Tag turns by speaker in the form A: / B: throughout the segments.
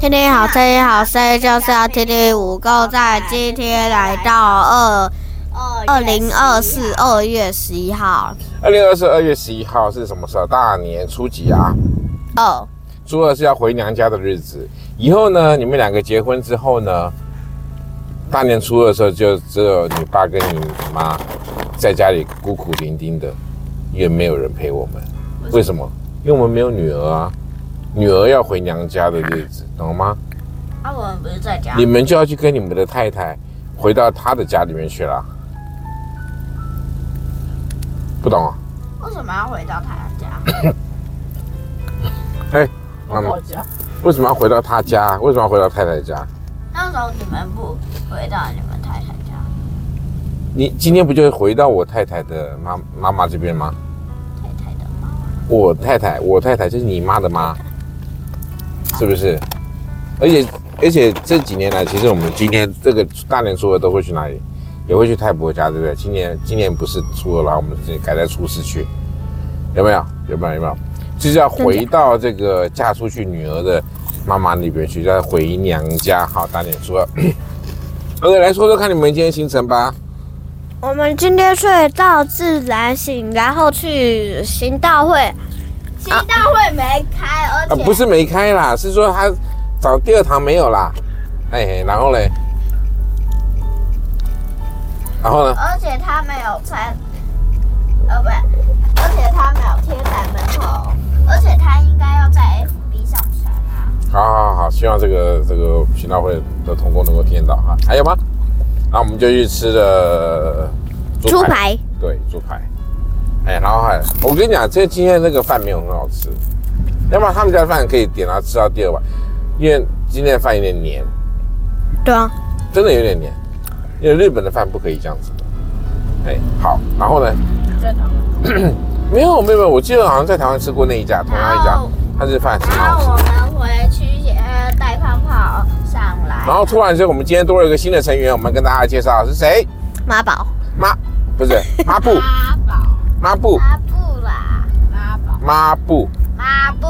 A: 天天好声音好声音就是要天天五够在今天来到二二零二四二月十一号
B: 二零二四二月十一号是什么时候？大年初几啊？
A: 二，
B: 初二是要回娘家的日子。以后呢，你们两个结婚之后呢，大年初二的时候就只有你爸跟你妈在家里孤苦伶仃的，也没有人陪我们。为什么？因为我们没有女儿啊，女儿要回娘家的日子，懂吗？
C: 啊，我们不是在家
B: 你，们就要去跟你们的太太回到她的家里面去了。不懂啊？
C: 为什么要回到他家？
B: 妈妈
C: 我，家。
B: 为什么要回到她家？为什么要回到太太家？
C: 那时候你们不回到你们太太家，
B: 你今天不就回到我太太的妈妈妈这边吗？
C: 太太的妈妈。
B: 我太太，我太太就是你妈的妈，是不是？而且而且这几年来，其实我们今天这个大年初二都会去哪里？也会去太婆家，对不对？今年今年不是初二了，我们是改在初四去，有没有？有没有？有没有？就是要回到这个嫁出去女儿的妈妈那边去，要回娘家。好，大年初二。OK，来说说看你们今天行程吧。
A: 我们今天睡到自然醒，然后去行道会，
C: 行道会没开，而
B: 啊，
C: 且
B: 不是没开啦，是说他找第二堂没有啦。哎、然后嘞，然后呢？
C: 而且他没有穿，呃不，而且他没有贴在门口，而且他应该要在 FB 上传啊。
B: 好好好，希望这个这个行道会的同工能够听到哈。还有吗？那我们就去吃了
A: 猪排，
B: 对，猪排。哎、然后还我跟你讲，这今天那个饭没有很好吃，要不然他们家的饭可以点到吃到第二碗，因为今天的饭有点黏，
A: 对啊，
B: 真的有点黏，因为日本的饭不可以这样子的。哎、好，然后呢？
C: 真的。
B: 没有没有没有，我记得好像在台湾吃过那一家，同样一
C: 然
B: 家
C: 后，
B: 它是饭很
C: 然
B: 好
C: 后我。
B: 吃
C: 们回去呃带泡泡上来，
B: 然后突然间，我们今天多了一个新的成员，我们跟大家介绍是谁？
A: 妈宝，
B: 妈，不是抹布，
C: 妈宝
B: 抹布，
C: 抹布啦，妈宝
B: 抹布，
C: 抹布，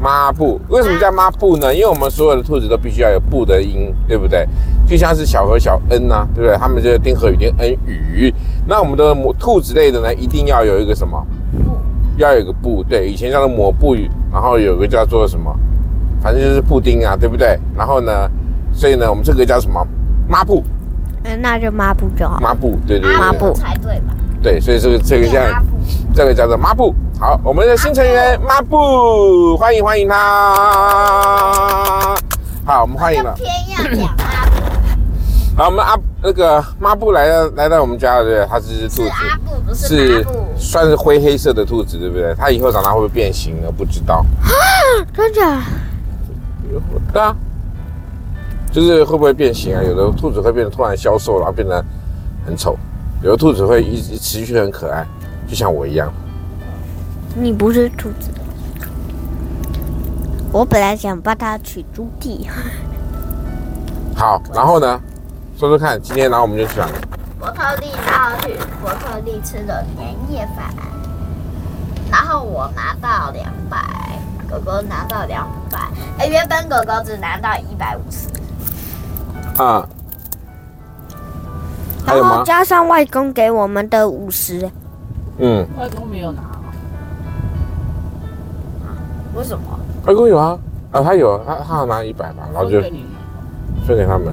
B: 抹布。为什么叫抹布呢？因为我们所有的兔子都必须要有布的音，对不对？就像是小和小恩呐、对不对？他们就是丁和雨、丁恩雨。那我们的母兔子类的呢，一定要有一个什么？
C: 布
B: 要有一个布，对，以前叫做抹布，然后有个叫做什么，反正就是布丁啊，对不对？然后呢，所以呢，我们这个叫什么？抹布，
A: 嗯，那就抹布就好。
B: 抹布，对对
C: 抹
B: 对
C: 布才对吧？
B: 对，所以这个这个叫
C: 抹布。
B: 这个叫做抹布。好，我们的新成员抹布，欢迎欢迎他。好，我们欢迎了。
C: 偏要讲啊阿布，
B: 好，我们阿那个抹布来到来到我们家了，对不对？它是只兔
C: 是
B: 子，
C: 阿布，不是
B: 是
C: 阿布。
B: 算是灰黑色的兔子，对不对？它以后长大会不会变形呢？不知道。
A: 真的，
B: 对啊，就是会不会变形啊？有的兔子会变得突然消瘦，然后变得很丑；有的兔子会一直持续很可爱，就像我一样。
A: 你不是兔子。我本来想帮他取朱棣，
B: 好，然后呢，说说看，今天然后我们就去哪里？
C: 伯特利，然后去伯特利吃了年夜饭，然后我拿到两百，狗狗拿到两百，哎，原本狗狗只拿到一百五十，
B: 啊、还
A: 然
B: 有
A: 后
B: 吗？
A: 加上外公给我们的五十，
B: 嗯，
D: 外公没有拿，
C: 为什么？
B: 二公有啊，啊，他有，他他拿一百
A: 哦
B: 吧，然后就
D: 分给你们。
B: 分给他们。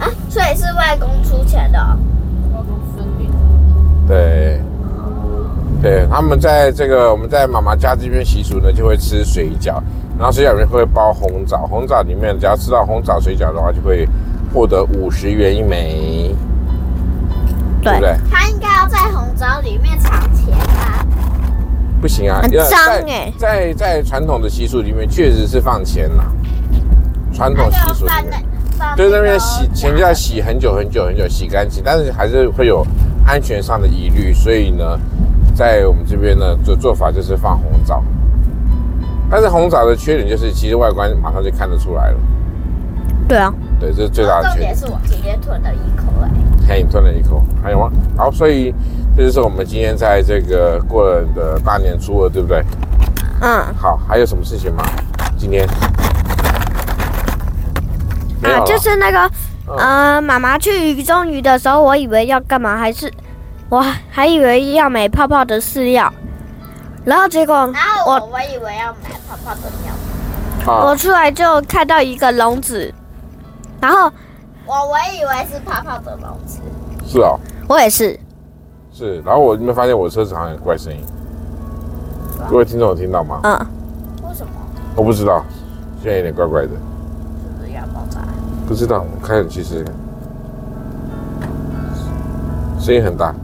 C: 啊，所以是外公出钱的哦、
D: 外公分给你
B: 对，对，他们在这个我们在妈妈家这边习俗呢，就会吃水饺，然后水饺里面会包红枣，红枣里面只要吃到红枣水饺的话，就会获得五十元一枚，对不
A: 对，
B: 对？
C: 他应该要在红枣里面藏钱啊，
B: 不行啊，
A: 很
B: 要
A: 脏
B: 在
A: 欸
B: 在在传统的习俗里面，确实是放钱啦，传
C: 他
B: 统习
C: 就
B: 俗
C: 放
B: 里
C: 那
B: 面，
C: 放
B: 对那
C: 个
B: 边洗钱就要洗很久很久很久，洗干净，但是还是会有安全上的疑虑，所以呢，在我们这边呢，做做法就是放红枣。但是红枣的缺点就是，其实外观马上就看得出来了，
A: 对啊，
B: 对，这是最大的
C: 重
B: 缺
C: 点
B: 点。
C: 是我今天吞了一口哎、
B: 嘿，你吞了一口，还有吗？好，所以这就是我们今天在这个过了的大年初二，对不对？
A: 嗯，
B: 好，还有什么事情吗？今天没有
A: 啊，
B: 了
A: 就是那个，
B: 嗯
A: 呃，妈妈去鱼中鱼的时候，我以为要干嘛，还是我还以为要买泡泡的饲料，然后结果
C: 然后
A: 我
C: 我我以为要买泡泡的尿，
B: 啊
A: 我出来就看到一个笼子，然后
C: 我我以为是泡泡的笼子，
B: 是哦
A: 我也是，
B: 是，然后我你们发现我车子好像有怪声音，各位听众有听到吗？
A: 嗯，
C: 为什么？
B: 我不知道，现在有点怪怪的，
C: 是不是要爆炸？
B: 不知道，我看其实声音很大。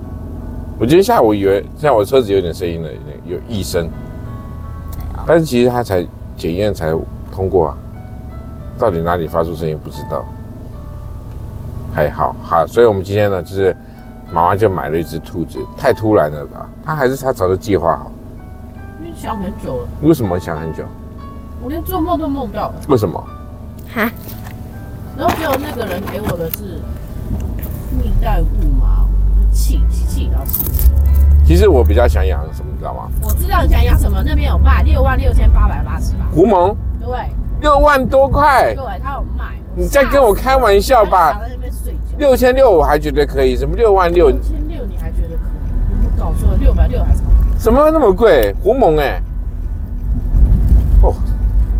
B: 我今天下午以为现在我车子有点声音了，有点有异声，但是其实它才检验才通过啊，到底哪里发出声音不知道。还好好，所以我们今天呢，就是妈妈就买了一只兔子，太突然了吧？她还是她早就计划好，
D: 因为想很久了，
B: 为什么想很久？
D: 我连做梦都梦到了。
B: 为什么？
A: 哈，
D: 然后结果那个人给我的是蜜袋鼯嘛，我就气气气到气死。
B: 其实我比较想养什么，你知道吗？
D: 我知道你想养什么，那边有卖六万六千八百八十八，
B: 狐獴
D: 对
B: 六万多块，
D: 对，他有卖。
B: 你在跟我开玩笑
D: 我
B: 吧
D: 躺？在那边睡觉。
B: 六千六我还觉得可以，什么六万六
D: 六，千六你还觉得可以？你不搞错，六百六还是
B: 什么那么贵？狐獴哎，哦，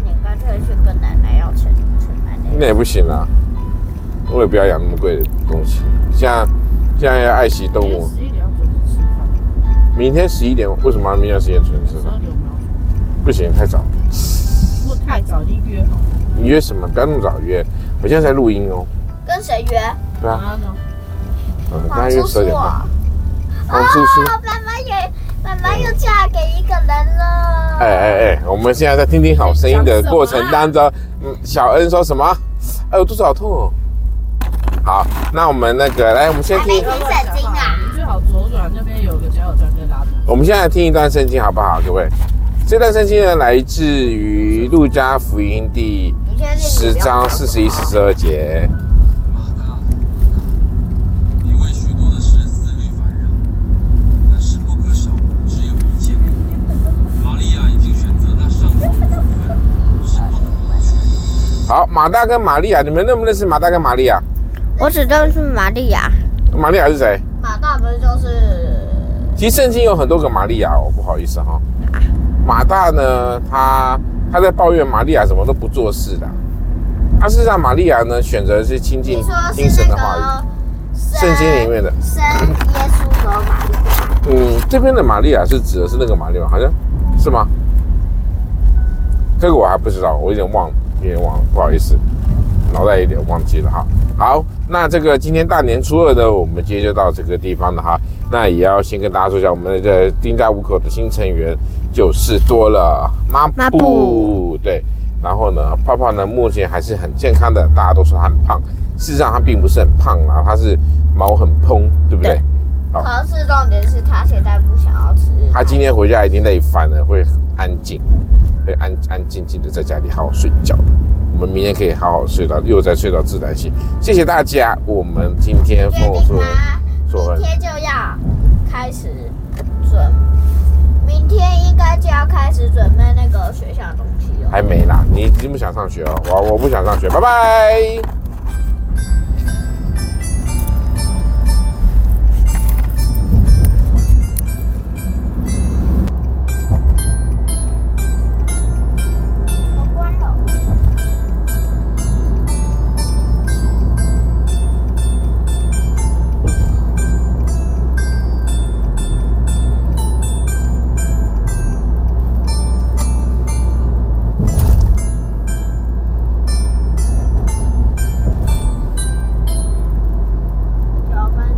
C: 你干脆去跟奶奶要钱去买那个。
B: 那也不行啊，我也不要养那么贵的东西。现在现在要爱惜动物。
D: 十一点要准时吃饭，
B: 明天十一点为什么要明天十一点准时吃
D: 十二
B: 饭？
D: 点我们要去。
B: 不行，太早。
D: 如果太早就约好
B: 你约什么？不要那么早约。我现在在录音哦。
C: 跟谁约？
B: 对啊，
D: 啊，呢
B: 嗯，大
C: 黄
B: 概约
C: 叔
B: 十
C: 叔
B: 二点半。
C: 哦。
B: 黄叔叔，
C: 哦，妈妈也，妈妈又嫁给一个人了。
B: 哎哎哎，我们现在在听听好声音的过程当中，嗯，小恩说什么？哎，我肚子好痛哦。好，那我们那个来，我们先
C: 哎，
B: 听
C: 你神经啊
D: 你最好左转那边有个加油站跟拉
B: 我们现在来听一段圣经好不好，各位？这段圣经呢，来自于路加福音第
C: 你确定
B: 十
C: 你不要
B: 章四十一、四十二节。
E: 老大，你为许多的事思虑烦扰，但是不可少只有一件。玛利亚已经选择那上好的部分，是不能挪去的。
B: 好，马大跟玛利亚，你们认不认识马大跟玛利亚？
A: 我只认识玛利亚，
B: 玛利亚是谁？
C: 马大不是就是
B: 其实圣经有很多个玛利亚哦，不好意思哈、马大呢，他他在抱怨玛利亚怎么都不做事的啊。他、事实上，玛利亚呢选择是亲近
C: 你说
B: 听
C: 是
B: 神
C: 那
B: 的话语，
C: 个圣
B: 圣经里面的。
C: 圣耶稣和玛 利亚，
B: 嗯，这边的玛利亚是指的是那个玛利亚，好像是吗？这个我还不知道，我有点忘，有点忘了，不好意思，脑袋有点忘记了哈。好，那这个今天大年初二呢，我们今天就到这个地方了哈。那也要先跟大家说一下，我们的丁家五口的新成员就是多了抹布，
A: 抹布
B: 对。然后呢，泡泡呢目前还是很健康的，大家都说他很胖，事实上他并不是很胖啊，他是毛很蓬，对不对？
A: 对
B: 好
C: 可是重点是他现在不想要吃。
B: 他今天回家一定累翻了，会很安静，会安安静静的在家里好好睡觉。我们明天可以好好睡到，又再睡到自然醒。谢谢大家，我们今天
C: 确
B: 丰
C: 定
B: 富
C: 吗？
B: 说完
C: 明天就要开始准，明天应该就要开始准备那个学校的东西了。
B: 还没啦，你你不想上学哦？我我不想上学，拜拜。